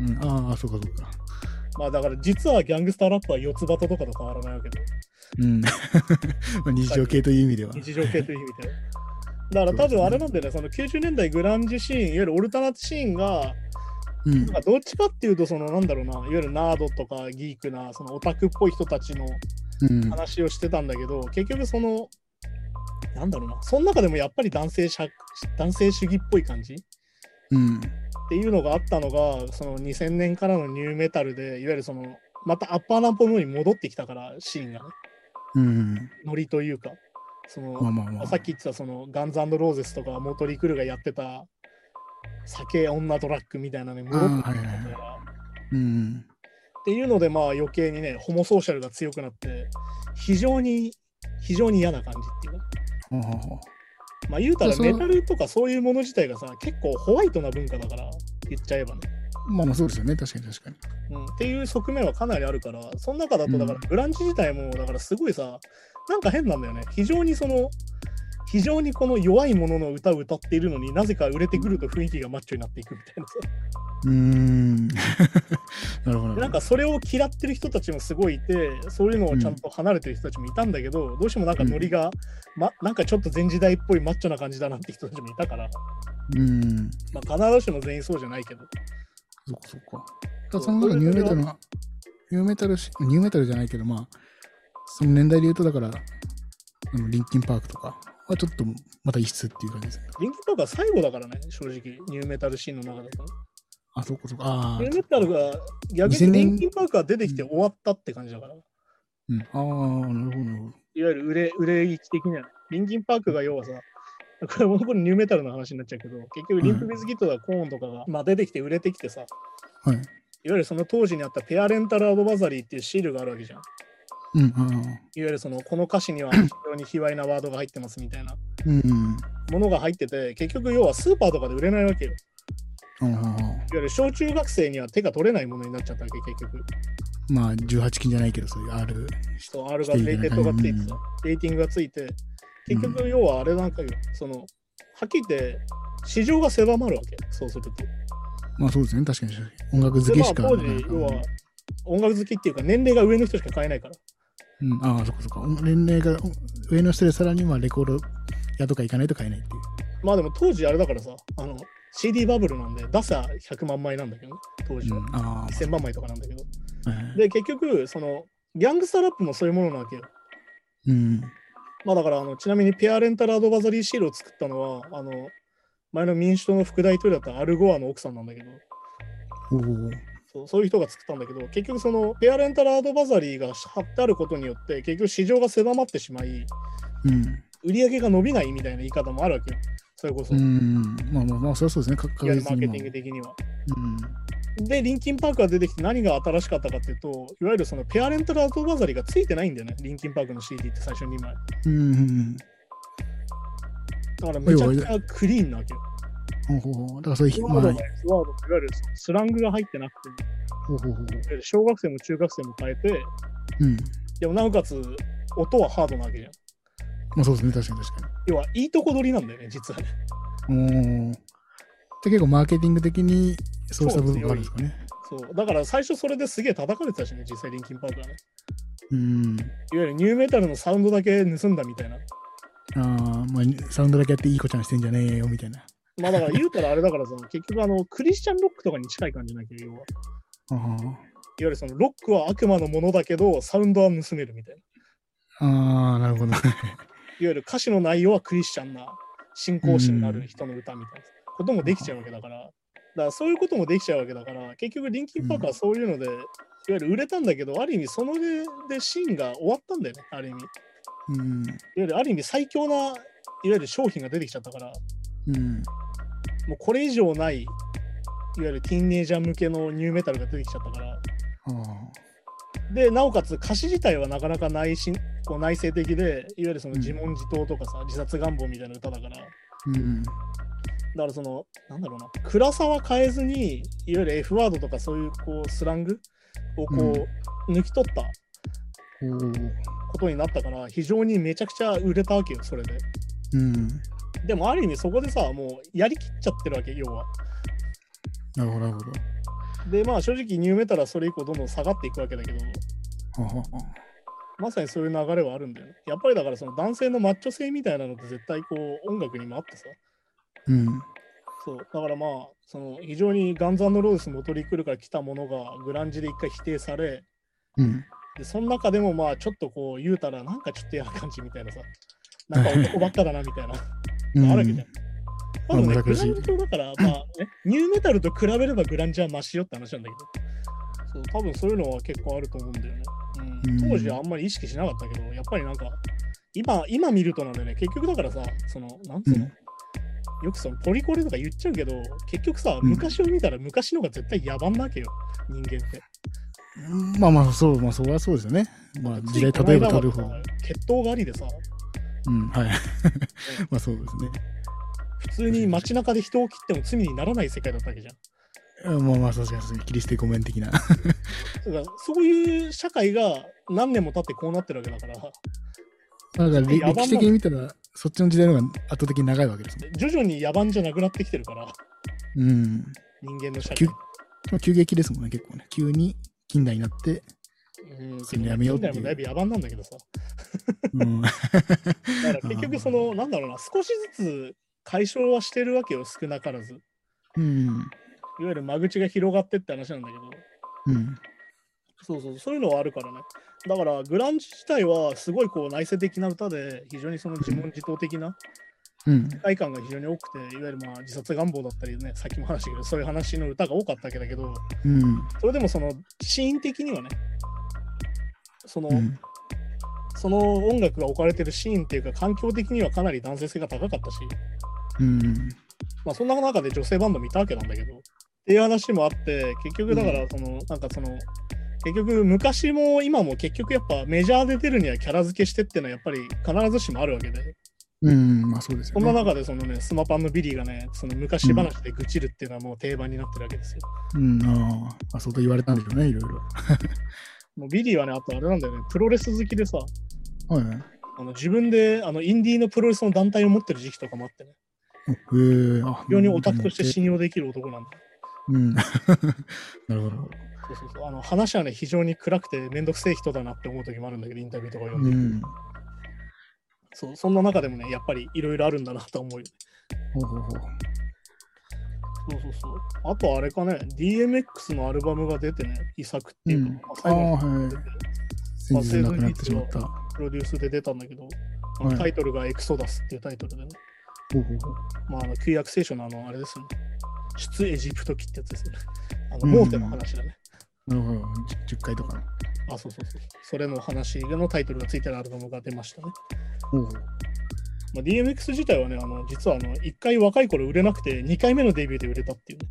Speaker 1: ら。
Speaker 2: うん、ああ、そうか、そうか。
Speaker 1: まあだから実はギャングスターラップは四つ葉とかと変わらないわけで、
Speaker 2: うん。 まあ日常系という意味では。
Speaker 1: 日常系という意味では。だから多分あれなんだよね、その90年代グランジシーン、いわゆるオルタナシーンが、
Speaker 2: うん
Speaker 1: なん。かどっちかっていうと、そのなんだろうな、いわゆるナードとかギークな、そのオタクっぽい人たちの
Speaker 2: うん。
Speaker 1: 話をしてたんだけど、結局その、なんだろうな、その中でもやっぱり男性社男性主義っぽい感じ
Speaker 2: うん。
Speaker 1: っていうのがあったのが、その2000年からのニューメタルで、いわゆるその、またアッパーナンポの方に戻ってきたから、シーンがね、
Speaker 2: うん。
Speaker 1: ノリというか、そ
Speaker 2: まあ
Speaker 1: の、
Speaker 2: まあまあ。
Speaker 1: さっき言ってた、その、ガンズローゼスとか、モトリクルがやってた、酒、女、ドラッグみたいなのに戻ってきたんだ
Speaker 2: あーはい
Speaker 1: から、
Speaker 2: うん。
Speaker 1: っていうので、まあ余計にね、ホモソーシャルが強くなって、非常に、非常に嫌な感じっていうか。
Speaker 2: ほうほうほう
Speaker 1: まあ言うたら
Speaker 2: そうそう
Speaker 1: メタルとかそういうもの自体がさ、結構ホワイトな文化だから、言っちゃえばね。
Speaker 2: まあまあ、そうですよね。確かに確かに。
Speaker 1: うん、っていう側面はかなりあるから、その中だと、だから
Speaker 2: う
Speaker 1: グランジ自体も、だからすごいさ、なんか変なんだよね。非常にその、非常にこの弱いものの歌を歌っているのになぜか売れてくると雰囲気がマッチョになっていくみたいなさ。
Speaker 2: うーん。な るほど。
Speaker 1: でなんかそれを嫌ってる人たちもすごいいて、そういうのをちゃんと離れてる人たちもいたんだけど、どうしてもなんかノリが、ま、なんかちょっと前時代っぽいマッチョな感じだなって人たちもいたから、
Speaker 2: うん。
Speaker 1: まあ、必ずしも全員そうじゃないけど。
Speaker 2: そっかそっか。
Speaker 1: そう
Speaker 2: その中でニューメタルの、ニューメタルし、ニューメタルじゃないけど、まあ、その年代で言うと、だから、あのリンキンパークとかはちょっとまた異質っていう感じですね。
Speaker 1: リンキンパークは最後だからね、正直、ニューメタルシーンの中だと。
Speaker 2: あ、そっかそっか。ああ
Speaker 1: ニューメタルが、逆
Speaker 2: 2000
Speaker 1: にリ
Speaker 2: 年
Speaker 1: ンキンパークが出てきて終わったって感じだから、いわ
Speaker 2: うん、ああ、なるほど、なるほど。
Speaker 1: ゆる売れ、売れ行き的にはね、リンキンパークが要はさ、これもうこれニューメタルの話になっちゃうけど、結局リンプビズギットとかコーンとかが、まあ、出てきて売れてきてさ、い
Speaker 2: はい。
Speaker 1: わゆるその当時にあったペアレンタルアドバザリーっていうシールがあるわけじゃん。いわ
Speaker 2: うん、あ
Speaker 1: ゆるその、この歌詞には非常に卑猥なワードが入ってますみたいな
Speaker 2: あ、うん、うん。
Speaker 1: ものが入ってて、結局要はスーパーとかで売れないわけよ。
Speaker 2: ああ
Speaker 1: いわゆる小中学生には手が取れないものになっちゃったわけ、結局。
Speaker 2: まあ、18禁じゃないけど、そういう R。
Speaker 1: そう、R がレイテッドがついて
Speaker 2: う
Speaker 1: さ、レーティングがついて、結局、要はあれなんかよ、その、はっきり言って、市場が狭まるわけ、そうすると。
Speaker 2: まあ、そうですね。確かに。音楽好
Speaker 1: で、
Speaker 2: き
Speaker 1: ま
Speaker 2: し
Speaker 1: あ、
Speaker 2: か。
Speaker 1: 当時、要は、音楽好きっていうか、年齢が上の人しか買えないから。
Speaker 2: うん、ああ、そっかそっか。年齢が上の人でさらに、まあ、レコード屋とか行かないと買えないっていう。
Speaker 1: まあでも当時あれだからさ、あの、CD バブルなんで、出さ100万枚なんだけどね、当時は。
Speaker 2: うん、ああ、
Speaker 1: 1000万枚とかなんだけど。
Speaker 2: はい
Speaker 1: で、結局、その、ギャングスターラップもそういうものなわけよ。
Speaker 2: うん。
Speaker 1: まあだからあの、ちなみにペアレンタルアドバザリーシールを作ったのは、あの、前の民主党の副大統領だったアルゴアの奥さんなんだけど、
Speaker 2: おお。
Speaker 1: そうそういう人が作ったんだけど、結局そのペアレンタルアドバザリーが貼ってあることによって、結局市場が狭まってしまい、
Speaker 2: うん。
Speaker 1: 売り上げが伸びないみたいな言い方もあるわけよ。それこそ、
Speaker 2: う
Speaker 1: いわ
Speaker 2: ん。まあまあまあ、そりゃそうですね。か
Speaker 1: ゆ
Speaker 2: 確
Speaker 1: るマ
Speaker 2: 実
Speaker 1: ー
Speaker 2: に
Speaker 1: ケ
Speaker 2: ま
Speaker 1: テ
Speaker 2: あ
Speaker 1: ィング的には。
Speaker 2: うん。
Speaker 1: で、リンキンパークが出てきて何が新しかったかっていうと、いわゆるそのペアレンタルアドバザリーがついてないんだよね、リンキンパークの CD って最初に2枚。
Speaker 2: うんうん。
Speaker 1: だからめちゃくちゃクリーンなわけよ。
Speaker 2: ほうほうほう。だからそういう、
Speaker 1: ワー
Speaker 2: ま
Speaker 1: ド
Speaker 2: あ
Speaker 1: が、ワードがいわゆるそのスラングが入ってなくて、
Speaker 2: ほうほうほうほう。
Speaker 1: で小学生も中学生も変えて、
Speaker 2: うん。
Speaker 1: でもなおかつ音はハードなわけじゃん。
Speaker 2: まあそうですね、確かに確か
Speaker 1: 要はいいとこ取りなんだよね、実はね。
Speaker 2: に。おーじゃあ結構マーケティング的にそうした部分があるんですかね。
Speaker 1: そう。だから最初それですげえ叩かれてたしね、実際リンキンパークはね。
Speaker 2: うん。
Speaker 1: いわゆるニューメタルのサウンドだけ盗んだみたいな。
Speaker 2: ああ、まあサウンドだけやっていい子ちゃんしてんじゃねえよ、みたいな。
Speaker 1: まあだから言うたらあれだからその結局あのクリスチャンロックとかに近い感じなきゃ要は。いわ
Speaker 2: あ
Speaker 1: ゆるそのロックは悪魔のものだけどサウンドは盗めるみたいな。い
Speaker 2: あああ、なるほど。
Speaker 1: わゆる歌詞の内容はクリスチャンな信仰心のある人の歌みたいなこともできちゃうわけだから。だからそういうこともできちゃうわけだから結局リンキンパークはそういうので、いわゆる売れたんだけどある意味その上でシーンが終わったんだよねある意味。いわ
Speaker 2: うん。
Speaker 1: ゆるある意味最強ないわゆる商品が出てきちゃったから。
Speaker 2: うん。
Speaker 1: もうこれ以上ない、いわゆるティーンエイジャー向けのニューメタルが出てきちゃったから。
Speaker 2: ああ。
Speaker 1: で、なおかつ歌詞自体はなかなか内心こう内省的で、いわゆるその自問自答とかさ、自殺願望みたいな歌だから。だか
Speaker 2: うん。
Speaker 1: らその、なんだろうな、暗さは変えずに、いわゆる F ワードとかそういうこうスラングをこう、抜き取った
Speaker 2: おお。
Speaker 1: ことになったから、非常にめちゃくちゃ売れたわけよ、それで。
Speaker 2: うん。
Speaker 1: でもある意味そこでさ、もうやりきっちゃってるわけ、要は。
Speaker 2: なるほど、なるほど。
Speaker 1: で、まあ正直ニューメタルはそれ以降どんどん下がっていくわけだけど、
Speaker 2: ははは
Speaker 1: まさにそういう流れはあるんだよね。やっぱりだからその男性のマッチョ性みたいなのって絶対こう音楽にもあってさ。
Speaker 2: うん。
Speaker 1: そう。だからまあ、その非常にガンザンのロースもトリクルから来たものがグランジで一回否定され、
Speaker 2: うん。
Speaker 1: で、その中でもまあちょっとこう言うたらなんかちょっと嫌な感じみたいなさ。なんか男ばっかだなみたいな。
Speaker 2: うん
Speaker 1: あるわけじゃん。まあでも
Speaker 2: ま
Speaker 1: ね、
Speaker 2: あ
Speaker 1: グ
Speaker 2: 難し
Speaker 1: ラ
Speaker 2: い
Speaker 1: ンジとだから、まあね、ニューメタルと比べればグランジはマシよって話なんだけど。そう、多分そういうのは結構あると思うんだよね。うん
Speaker 2: うん
Speaker 1: 当時はあんまり意識しなかったけど、やっぱりなんか、今、今見るとなんだよね、結局だからさ、その、なんつうの、よくそのポリコレとか言っちゃうけど、結局さ、
Speaker 2: うん
Speaker 1: 昔を見たら昔のが絶対野蛮なわけよ、人間って。
Speaker 2: うんまあまあ、そう、まあ、それはそうですよね。まあ、時代、
Speaker 1: ついこの
Speaker 2: 例えば
Speaker 1: 間ま
Speaker 2: 取
Speaker 1: でさ
Speaker 2: る方。
Speaker 1: 血統狩りでさ、
Speaker 2: うん、はい。 まあ、そうですね。
Speaker 1: 普通に街中で人を切っても罪にならない世界だったわけじゃん。
Speaker 2: うんまあまあ、確かにそうですね、キリステごめん的な。
Speaker 1: だからそういう社会が何年も経ってこうなってるわけだから
Speaker 2: なんか
Speaker 1: 野蛮な
Speaker 2: 歴
Speaker 1: の
Speaker 2: 史的に見たら、そっちの時代の方が圧倒的に長いわけですね。
Speaker 1: 徐々に野蛮じゃなくなってきてるから
Speaker 2: うん。
Speaker 1: 人間の社
Speaker 2: 急
Speaker 1: 会、
Speaker 2: 急激ですもんね、結構ね。急に近代になって、
Speaker 1: うん、
Speaker 2: それやめようっていう
Speaker 1: 現代もだいぶ野蛮なんだけどさ
Speaker 2: うん。
Speaker 1: だから結局そのなんだろうな少しずつ解消はしてるわけよ少なからずいわ
Speaker 2: うん。
Speaker 1: ゆる間口が広がってって話なんだけど
Speaker 2: うん。
Speaker 1: そうそうそういうのはあるからねだからグランジ自体はすごいこう内省的な歌で非常にその自問自答的な
Speaker 2: うん。
Speaker 1: 世界観が非常に多くていわゆるまあ自殺願望だったりねさっきも話したけどそういう話の歌が多かったわけだけど
Speaker 2: うん。
Speaker 1: それでもそのシーン的にはねその、
Speaker 2: うん
Speaker 1: その音楽が置かれてるシーンっていうか環境的にはかなり男性性が高かったし、
Speaker 2: うん。
Speaker 1: まあ、そんな中で女性バンド見たわけなんだけどっていう話もあって結局だからその、なんかその結局昔も今も結局やっぱメジャーで出るにはキャラ付けしてっていうのはやっぱり必ずしもあるわけで
Speaker 2: うん。まあそうです
Speaker 1: そ
Speaker 2: よ
Speaker 1: んな
Speaker 2: ね。
Speaker 1: 中でそのねスマパンのビリーがねその昔話で愚痴るっていうのはもう定番になってるわけですよ
Speaker 2: うん。ああ、あそうと言われたんでしょうね、いろいろ。
Speaker 1: もうビリーはねあとあれなんだよねプロレス好きでさ
Speaker 2: はいはい。
Speaker 1: あの自分であのインディーのプロレスの団体を持ってる時期とかもあってね、
Speaker 2: へえ、あ、
Speaker 1: 非常にオタクとして信用できる男なんだ。
Speaker 2: うん。 なるほど。
Speaker 1: そうそうそうあの話はね、非常に暗くてめんどくせえ人だなって思う時もあるんだけど、インタビューとか読ん
Speaker 2: う
Speaker 1: で、
Speaker 2: ん。
Speaker 1: そうそんな中でもね、やっぱりいろいろあるんだなと思うよ。
Speaker 2: ほうほうほう。
Speaker 1: そうそうそう。あとあれかね、DMX のアルバムが出てね、遺作って
Speaker 2: う
Speaker 1: いうか、
Speaker 2: ん
Speaker 1: まあ、
Speaker 2: ああ、
Speaker 1: 最後に出。て
Speaker 2: はい先日亡くなってしまった。ほ
Speaker 1: プロデュースで出たんだけど、あ
Speaker 2: は
Speaker 1: の
Speaker 2: い
Speaker 1: タイトルがエクソダスっていうタイトルでね、
Speaker 2: うほうほう。
Speaker 1: まあ、あの旧約聖書のあのあれですよね、出エジプト記ってやつですよね。あの
Speaker 2: うん
Speaker 1: モーテの話だね。
Speaker 2: なるほど。10回とか。
Speaker 1: あ、そうそうそう。それの話のタイトルがついてるアルバムが出ましたね。
Speaker 2: ほうほう。
Speaker 1: まあ、DMX 自体はね、あの実はあの1回若い頃売れなくて、2回目のデビューで売れたっていうね。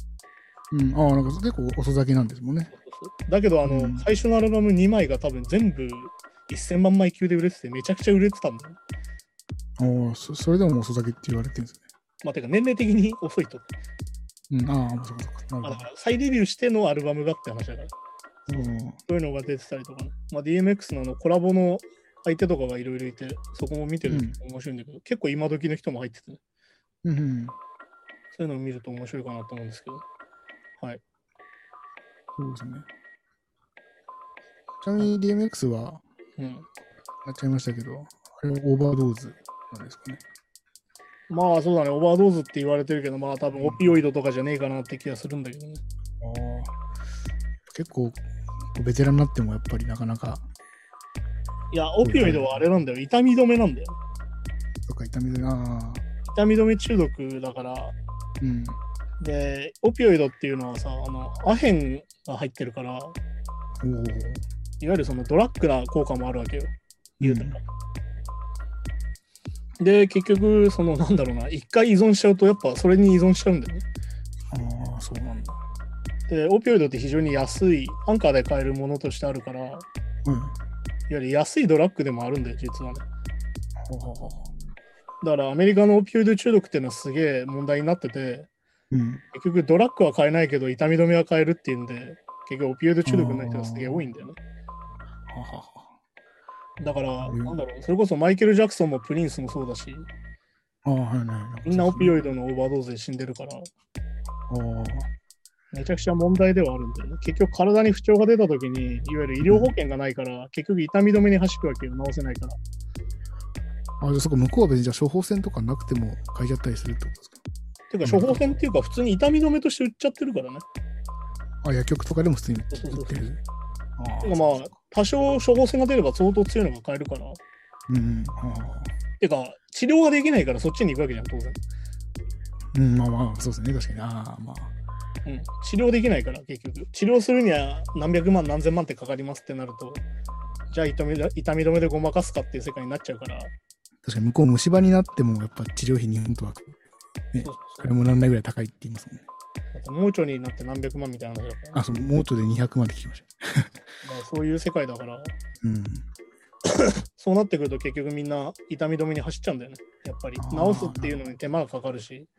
Speaker 2: うん。ああ、なんか結構遅咲きなんですもんね。
Speaker 1: だけど、あの、
Speaker 2: うん
Speaker 1: 最初のアルバム2枚が多分全部1000万枚級で売れてて、めちゃくちゃ売れてたんだよ。
Speaker 2: ああ、そそれでも遅咲きって言われてるんですね。
Speaker 1: まあ、てか年齢的に遅いと。
Speaker 2: うん、ああ、そうかそう
Speaker 1: ま
Speaker 2: か。な
Speaker 1: あ、
Speaker 2: る
Speaker 1: だから再デビューしてのアルバムがって話だから、そ
Speaker 2: ほど。うん
Speaker 1: ういうのが出てたりとか、ねまあ、DMX のあのコラボの相手とかがいろいろいて、そこも見てると面白いんだけど、結構今時の人も入ってて、ね、
Speaker 2: うんうん。
Speaker 1: そういうのを見ると面白いかなと思うんですけど。
Speaker 2: そうですね。ちなみに DMX は、
Speaker 1: うん、
Speaker 2: なっちゃいましたけど、あれはオーバードーズなんですかね。
Speaker 1: まあそうだね、オーバードーズって言われてるけど、まあ多分オピオイドとかじゃねえかなって気がするんだけどね。
Speaker 2: ああ。結構、ベテランになってもやっぱりなかなか、
Speaker 1: いや、オピオイドはあれなんだよ、痛み止めなんだよ。
Speaker 2: とか痛みで、ああ。
Speaker 1: 痛み止め中毒だから、
Speaker 2: うん。
Speaker 1: で、オピオイドっていうのはさ、あの、アヘンが入ってるから、いわ
Speaker 2: おお。
Speaker 1: ゆるそのドラッグな効果もあるわけよ、言うたら。で、結局、その、なんだろうな、一回依存しちゃうと、やっぱそれに依存しちゃうんだよね。
Speaker 2: ああ、そうなんだ。
Speaker 1: で、オピオイドって非常に安い、アンカーで買えるものとしてあるから、いわ
Speaker 2: うん。は
Speaker 1: ゆる安いドラッグでもあるんだよ、実はね。
Speaker 2: あはあはあ
Speaker 1: だからアメリカのオピオイド中毒っていうのはすげえ問題になってて、
Speaker 2: うん。
Speaker 1: 結局ドラッグは買えないけど痛み止めは買えるっていうんで、結局オピオイド中毒になる人がすげえ多いんだよね。
Speaker 2: はあはあは
Speaker 1: だから、
Speaker 2: うん
Speaker 1: なんだろう、それこそマイケル・ジャクソンもプリンスもそうだし、
Speaker 2: あ。ああ、はいはいはい。
Speaker 1: みんなオピオ
Speaker 2: イ
Speaker 1: イドのオーバードーズで死んでるから、
Speaker 2: ド。ああ。
Speaker 1: めちゃくちゃ問題ではあるんだよね。結局体に不調が出た時に、いわゆる医療保険がないから、結局痛み止めに走るわけよ、治せないから。
Speaker 2: あ、じゃあそこ向こうは別にじゃあ処方箋とかなくても書いちゃったりするってことですか
Speaker 1: ていうか、処方箋っていうか、普通に痛み止めとして売っちゃってるからね。
Speaker 2: あ、薬局とかでも普通に
Speaker 1: そうそうそう
Speaker 2: 売ってる。あ
Speaker 1: てかまあ、多少処方箋が出れば相当強いのが買えるから。
Speaker 2: うん、あ
Speaker 1: てか、治療ができないからそっちに行くわけじゃん、当然。
Speaker 2: ーうん、まあまあ、そうですね、確かに。ああ、まあ。
Speaker 1: うん、治療できないから、結局。治療するには何百万、何千万ってかかりますってなると、じゃあ痛みだ痛み止めでごまかすかっていう世界になっちゃうから、
Speaker 2: 確かに向こう虫歯になっても、やっぱ治療費日本とは、ね
Speaker 1: そう、
Speaker 2: そ
Speaker 1: そう
Speaker 2: れもなんないぐらい高いって言いますもんね。
Speaker 1: だって盲腸になって何百万みたいな話だから、
Speaker 2: あ、そう、モートで200万って聞きました。
Speaker 1: だからそういう世界だから、
Speaker 2: うん。
Speaker 1: そうなってくると結局みんな痛み止めに走っちゃうんだよね。やっぱり
Speaker 2: あ。ー
Speaker 1: 治すっていうのに手間がかかるし。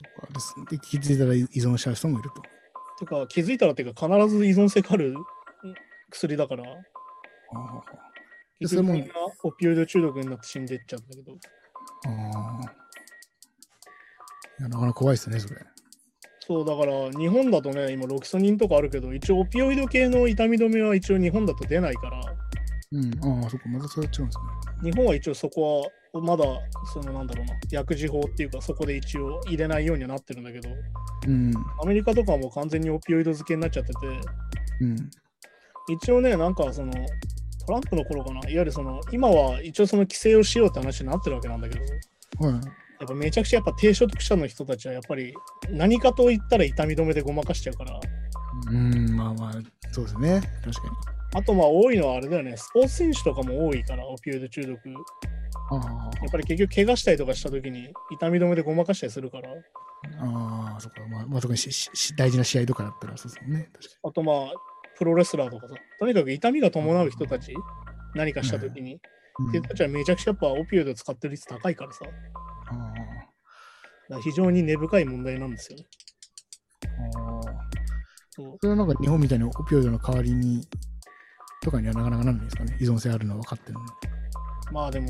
Speaker 2: ですで、気づいたら依存しちゃう人もいると。
Speaker 1: てか、気づいたらっていうか、必ず依存性があるうん薬だから、
Speaker 2: あ
Speaker 1: 結
Speaker 2: それ
Speaker 1: 局
Speaker 2: も
Speaker 1: みんなオピオイド中毒になって死んでっちゃうんだけど。
Speaker 2: あ。ああ。いや、なかなか怖いですね、それ。
Speaker 1: そうだから日本だとね今ロキソニンとかあるけど一応オピオイド系の痛み止めは一応日本だと出ないから
Speaker 2: うん、ああ、そっか、またそれは違うんですね。
Speaker 1: 日本は一応そこはまだそのなんだろうな薬事法っていうかそこで一応入れないようにはなってるんだけど
Speaker 2: うん、
Speaker 1: アメリカとかはもう完全にオピオイド漬けになっちゃって
Speaker 2: うん、
Speaker 1: て一応ねなんかそのトランプの頃かないわゆるその今は一応その規制をしようって話になってるわけなんだけど
Speaker 2: はい。
Speaker 1: やっぱめちゃくちゃやっぱ低所得者の人たちはやっぱり何かと言ったら痛み止めでごまかしちゃうから
Speaker 2: うん、まあまあ、そうですね、確かに。
Speaker 1: あとまあ多いのはあれだよね、スポーツ選手とかも多いから、オピオイド中毒。や
Speaker 2: あ
Speaker 1: っぱり結局、怪我したりとかしたときに、痛み止めでごまかしたりするから。
Speaker 2: あ、ああ、そっか、まあ、まあ、特にししし大事な試合とかだったら、そうですよね、確か
Speaker 1: あとまあ、プロレスラーとかさ、とにかく痛みが伴う人たち、何かしたときに、ってい
Speaker 2: に。
Speaker 1: う人たちはめちゃくちゃやっぱオピオイド使ってる率高いからさ、だか
Speaker 2: うん、あ
Speaker 1: ら非常に根深い問題なんですよね。
Speaker 2: あああ、
Speaker 1: そう
Speaker 2: それはなんか日本みたいにオピオイドの代わりに、とかにはなかなかなんないですかね、依存性あるのは分かってるのに。
Speaker 1: まあでも、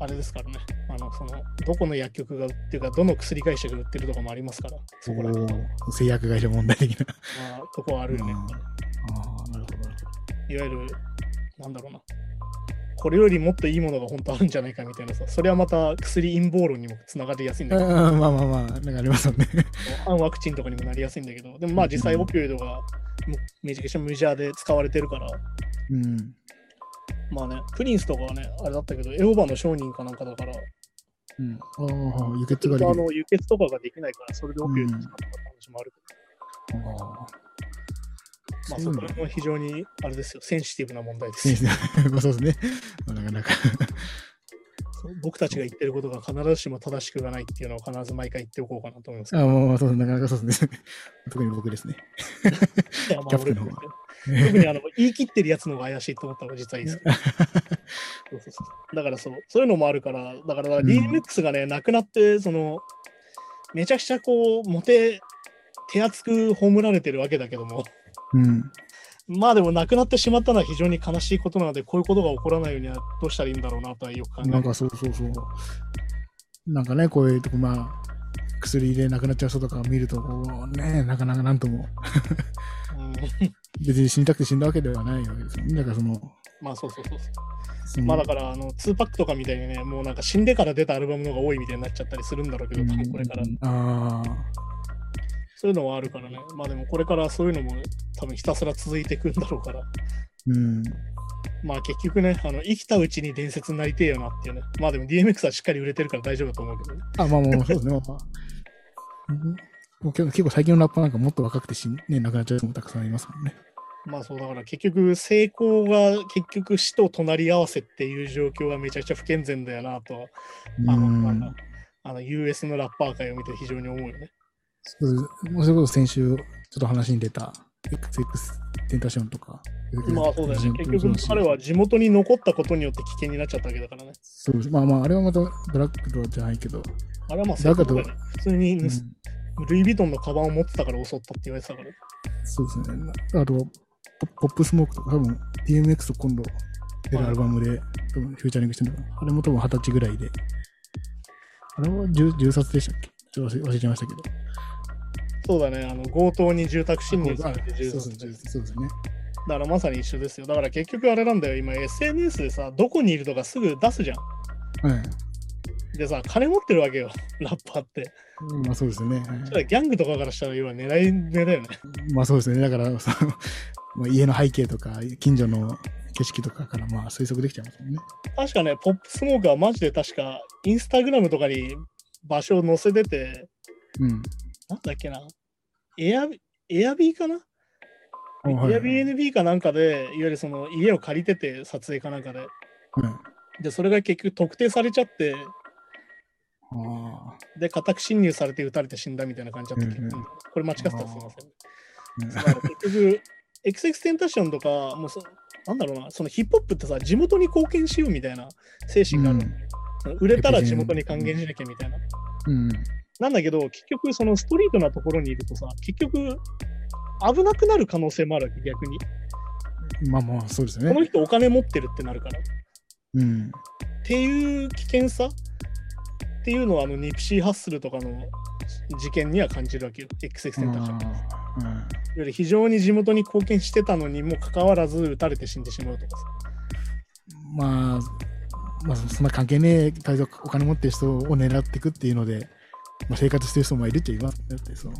Speaker 1: あれですからね、あのそのどこの薬局が売ってるか、どの薬会社が売ってるとかもありますから、そこら辺の、
Speaker 2: おー製薬会社問題的な。
Speaker 1: まあ、とこはあるよね。
Speaker 2: うんああ、なるほど、なる
Speaker 1: いわゆる、なんだろうな、これよりもっといいものが本当あるんじゃないかみたいなさ、それはまた薬陰謀論にもつながりやすいんだけ
Speaker 2: ほ
Speaker 1: ど、
Speaker 2: ど。ああまあまあまあ、なんかあります よね。
Speaker 1: 反ワクチンとかにもなりやすいんだけど、でもまあ実際
Speaker 2: うん
Speaker 1: オピオイドがもうめちゃくちゃメジャーで使われてるから、
Speaker 2: うん。
Speaker 1: まあね、プリンスとかはね、あれだったけど、エホバの商人かなんかだから、
Speaker 2: うん、ああ、輸血ができ
Speaker 1: あ
Speaker 2: る。
Speaker 1: の輸血とかができないから、それでオピオイド使ったって話もあるけ
Speaker 2: ああ
Speaker 1: ど、まあそこら辺は非常に、あれですよ、センシティブな問題です
Speaker 2: そう
Speaker 1: よ
Speaker 2: で。すね。 まあそうですね。まあなかなか。
Speaker 1: そう僕たちが言ってることが必ずしも正しくがないっていうのを必ず毎回言っておこうかなと思いますけ
Speaker 2: あ
Speaker 1: ど。
Speaker 2: あ、まあまあ、そうなかなかそうですね。 特に僕ですね。
Speaker 1: いやまあ
Speaker 2: キャプテンの方が
Speaker 1: 俺も特にあの言い切ってるやつの方が怪しいと思ったのが実はいい ですけどそうそうそうだからそうそういうのもあるからだからだから
Speaker 2: うん
Speaker 1: DMX がね、なくなってそのめちゃくちゃこう、モテ、手厚く葬られてるわけだけども、
Speaker 2: うん。
Speaker 1: まあでも亡くなってしまったのは非常に悲しいことなので、こういうことが起こらないようにはどうしたらいいんだろうなとはよく考え
Speaker 2: なん
Speaker 1: て
Speaker 2: かそうそうそう。なんかね、こういうとこ、まあ、薬で亡くなっちゃう人とかを見ると、こうね、なかなかなんとも、
Speaker 1: うん
Speaker 2: 別に死にたくて死んだわけではないわけですよね。だからその、
Speaker 1: まあそうそうそうそう。
Speaker 2: その
Speaker 1: まあだから、あの、2パックとかみたいにね、もうなんか死んでから出たアルバムの方が多いみたいになっちゃったりするんだろうけど、多分これから。
Speaker 2: ああ、
Speaker 1: そういうのはあるからね。まあでもこれからそういうのも多分ひたすら続いていくんだろうから。
Speaker 2: うん。
Speaker 1: まあ結局ね、あの生きたうちに伝説になりてえよなっていうね。まあでも DMX はしっかり売れてるから大丈夫だと思うけどね。
Speaker 2: あ、まあまあ、そうですね。まあまあうんもう結構結構最近のラッパーなんかもっと若くて死ん、ね、亡くなっちゃう人もたくさんいますもんね。
Speaker 1: まあそうだから結局成功が結局死と隣り合わせっていう状況がめちゃくちゃ不健全だよなとは、
Speaker 2: う
Speaker 1: あの、なん
Speaker 2: ん
Speaker 1: か。あの US のラッパー界を見て非常に思うよね。
Speaker 2: そうもうそれこそ先週、ちょっと話に出た、XX テンタションとか。
Speaker 1: まあそうだよね。結
Speaker 2: そう
Speaker 1: 局
Speaker 2: です
Speaker 1: 彼は地元に残ったことによって危険になっちゃったわけだからね。
Speaker 2: そうです。まあまあ、あれはまたドラッグドじゃないけど。
Speaker 1: あれはまあそういうことだよね。普通に
Speaker 2: うん
Speaker 1: 盗ルイ・ヴィトンのカバンを持ってたから襲ったって言われてたから。
Speaker 2: そうですね。あと、ポポップスモークとか、多分 DMX と今度出るアルバムで、多分フューチャリングしてるのかな。あれも多分二十歳ぐらいで。あれは 10, 10冊でしたっけちょっと忘れ忘れちゃいましたけど。
Speaker 1: そうだね。あの強盗に住宅侵入されて
Speaker 2: あ
Speaker 1: 銃
Speaker 2: そう
Speaker 1: 殺
Speaker 2: そう
Speaker 1: されて
Speaker 2: そうですね。
Speaker 1: だからまさに一緒ですよ。だから結局あれなんだよ。今 SNS でさ、どこにいるとかすぐ出すじゃん。
Speaker 2: はい。
Speaker 1: でさ、金持ってるわけよ。 ラッパーって。
Speaker 2: まあそうですね。はい
Speaker 1: そしたらギャングとかからしたら要は狙い目だよね。
Speaker 2: まあそうですね。だから、そのまあ家の背景とか、近所の景色とかからまあ推測できちゃいますもんね。
Speaker 1: 確かね、ポップスモークはマジで確かインスタグラムとかに場所を載せてて、
Speaker 2: うん。
Speaker 1: なんだっけな。エアビ、エアビーかな
Speaker 2: あはい
Speaker 1: Airbnb かなんかで、いわゆるその家を借りてて、撮影かなんかで。
Speaker 2: はい
Speaker 1: で、それが結局特定されちゃって、
Speaker 2: あ
Speaker 1: で、家宅侵入されて撃たれて死んだみたいな感じだったけど、
Speaker 2: うんうん
Speaker 1: うんこれ間違ってたらすみません。
Speaker 2: あ。
Speaker 1: だから結局、XX テンタションとか、もうそなんだろうな、そのヒップホップってさ、地元に貢献しようみたいな精神がある、その売れたら地元に還元しなきゃみたいな。
Speaker 2: うん。うん
Speaker 1: なんだけど、結局、そのストリートなところにいるとさ、結局、危なくなる可能性もあるわけ、逆に。
Speaker 2: まあまあ、そうです
Speaker 1: この
Speaker 2: ね。
Speaker 1: 人お金持ってるってなるから。
Speaker 2: うん。
Speaker 1: っていう危険さっていうのはあのニプシー・ハッスルとかの事件には感じるわけよ、XX センターが。
Speaker 2: あ
Speaker 1: より非常に地元に貢献してたのにもかかわらず撃たれて死んでしまうとかさ。
Speaker 2: ーまあ、まあ、そんな関係ねえ、とりあえずお金持ってる人を狙っていくっていうので、まあ、生活してる人もいるっちゃいますねだってその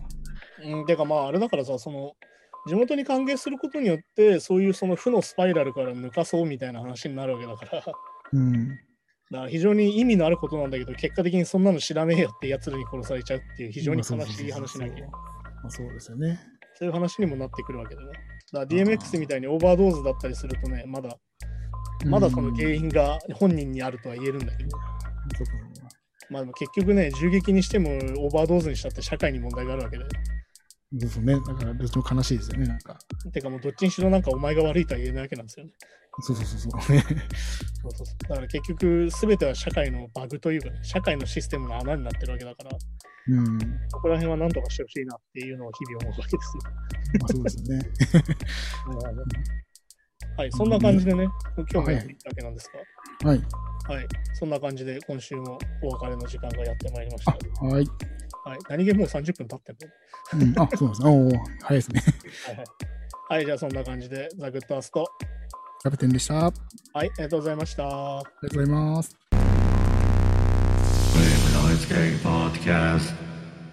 Speaker 1: うん、てかまああれだからさ、その地元に歓迎することによってそういうその負のスパイラルから抜かそうみたいな話になるわけだから。だか
Speaker 2: うん。
Speaker 1: ら非常に意味のあることなんだけど、結果的にそんなの知らねえよってやつらに殺されちゃうっていう非常に悲しい話なわけよ。
Speaker 2: まあそうですよね。
Speaker 1: そういう話にもなってくるわけでね。だから DMX みたいにオーバードーズだったりするとね、まだ、まだその原
Speaker 2: 因。
Speaker 1: 因が本人にあるとは言えるんだけど、
Speaker 2: そうか
Speaker 1: まあでも結局ね、銃撃にしてもオーバードーズにしたって社会に問題があるわけで。
Speaker 2: そうそうね。だから、どっちも悲しいですよね、なんか。
Speaker 1: てかもうどっちにしろなんかお前が悪いとは言えないわけなんですよね。
Speaker 2: そうそうそうそう。ね
Speaker 1: そうそうそうだから結局全ては社会のバグというか、ね、社会のシステムの穴になってるわけだから、
Speaker 2: うん。ま
Speaker 1: そこら辺は何とかしてほしいなっていうのを日々思うわけですよ。
Speaker 2: あそうですよね。
Speaker 1: はい、そんな感じでね、今日も
Speaker 2: はい
Speaker 1: やっていったわけなんですが。
Speaker 2: はい。
Speaker 1: はい、そんな感じで今週もお別れの時間がやってまいりまし
Speaker 2: あ
Speaker 1: た。、
Speaker 2: はい。
Speaker 1: はい、何気もう30分経ってる、
Speaker 2: うん、あ、そうなんですね。おお、早いですね。
Speaker 1: はいはい。はい、じゃあそんな感じでザ・グッドアスト。
Speaker 2: キャプテンでした。あり
Speaker 1: はい、ありがとうございました。
Speaker 2: がとうございます。
Speaker 3: Flame and Ice Gang Podcast.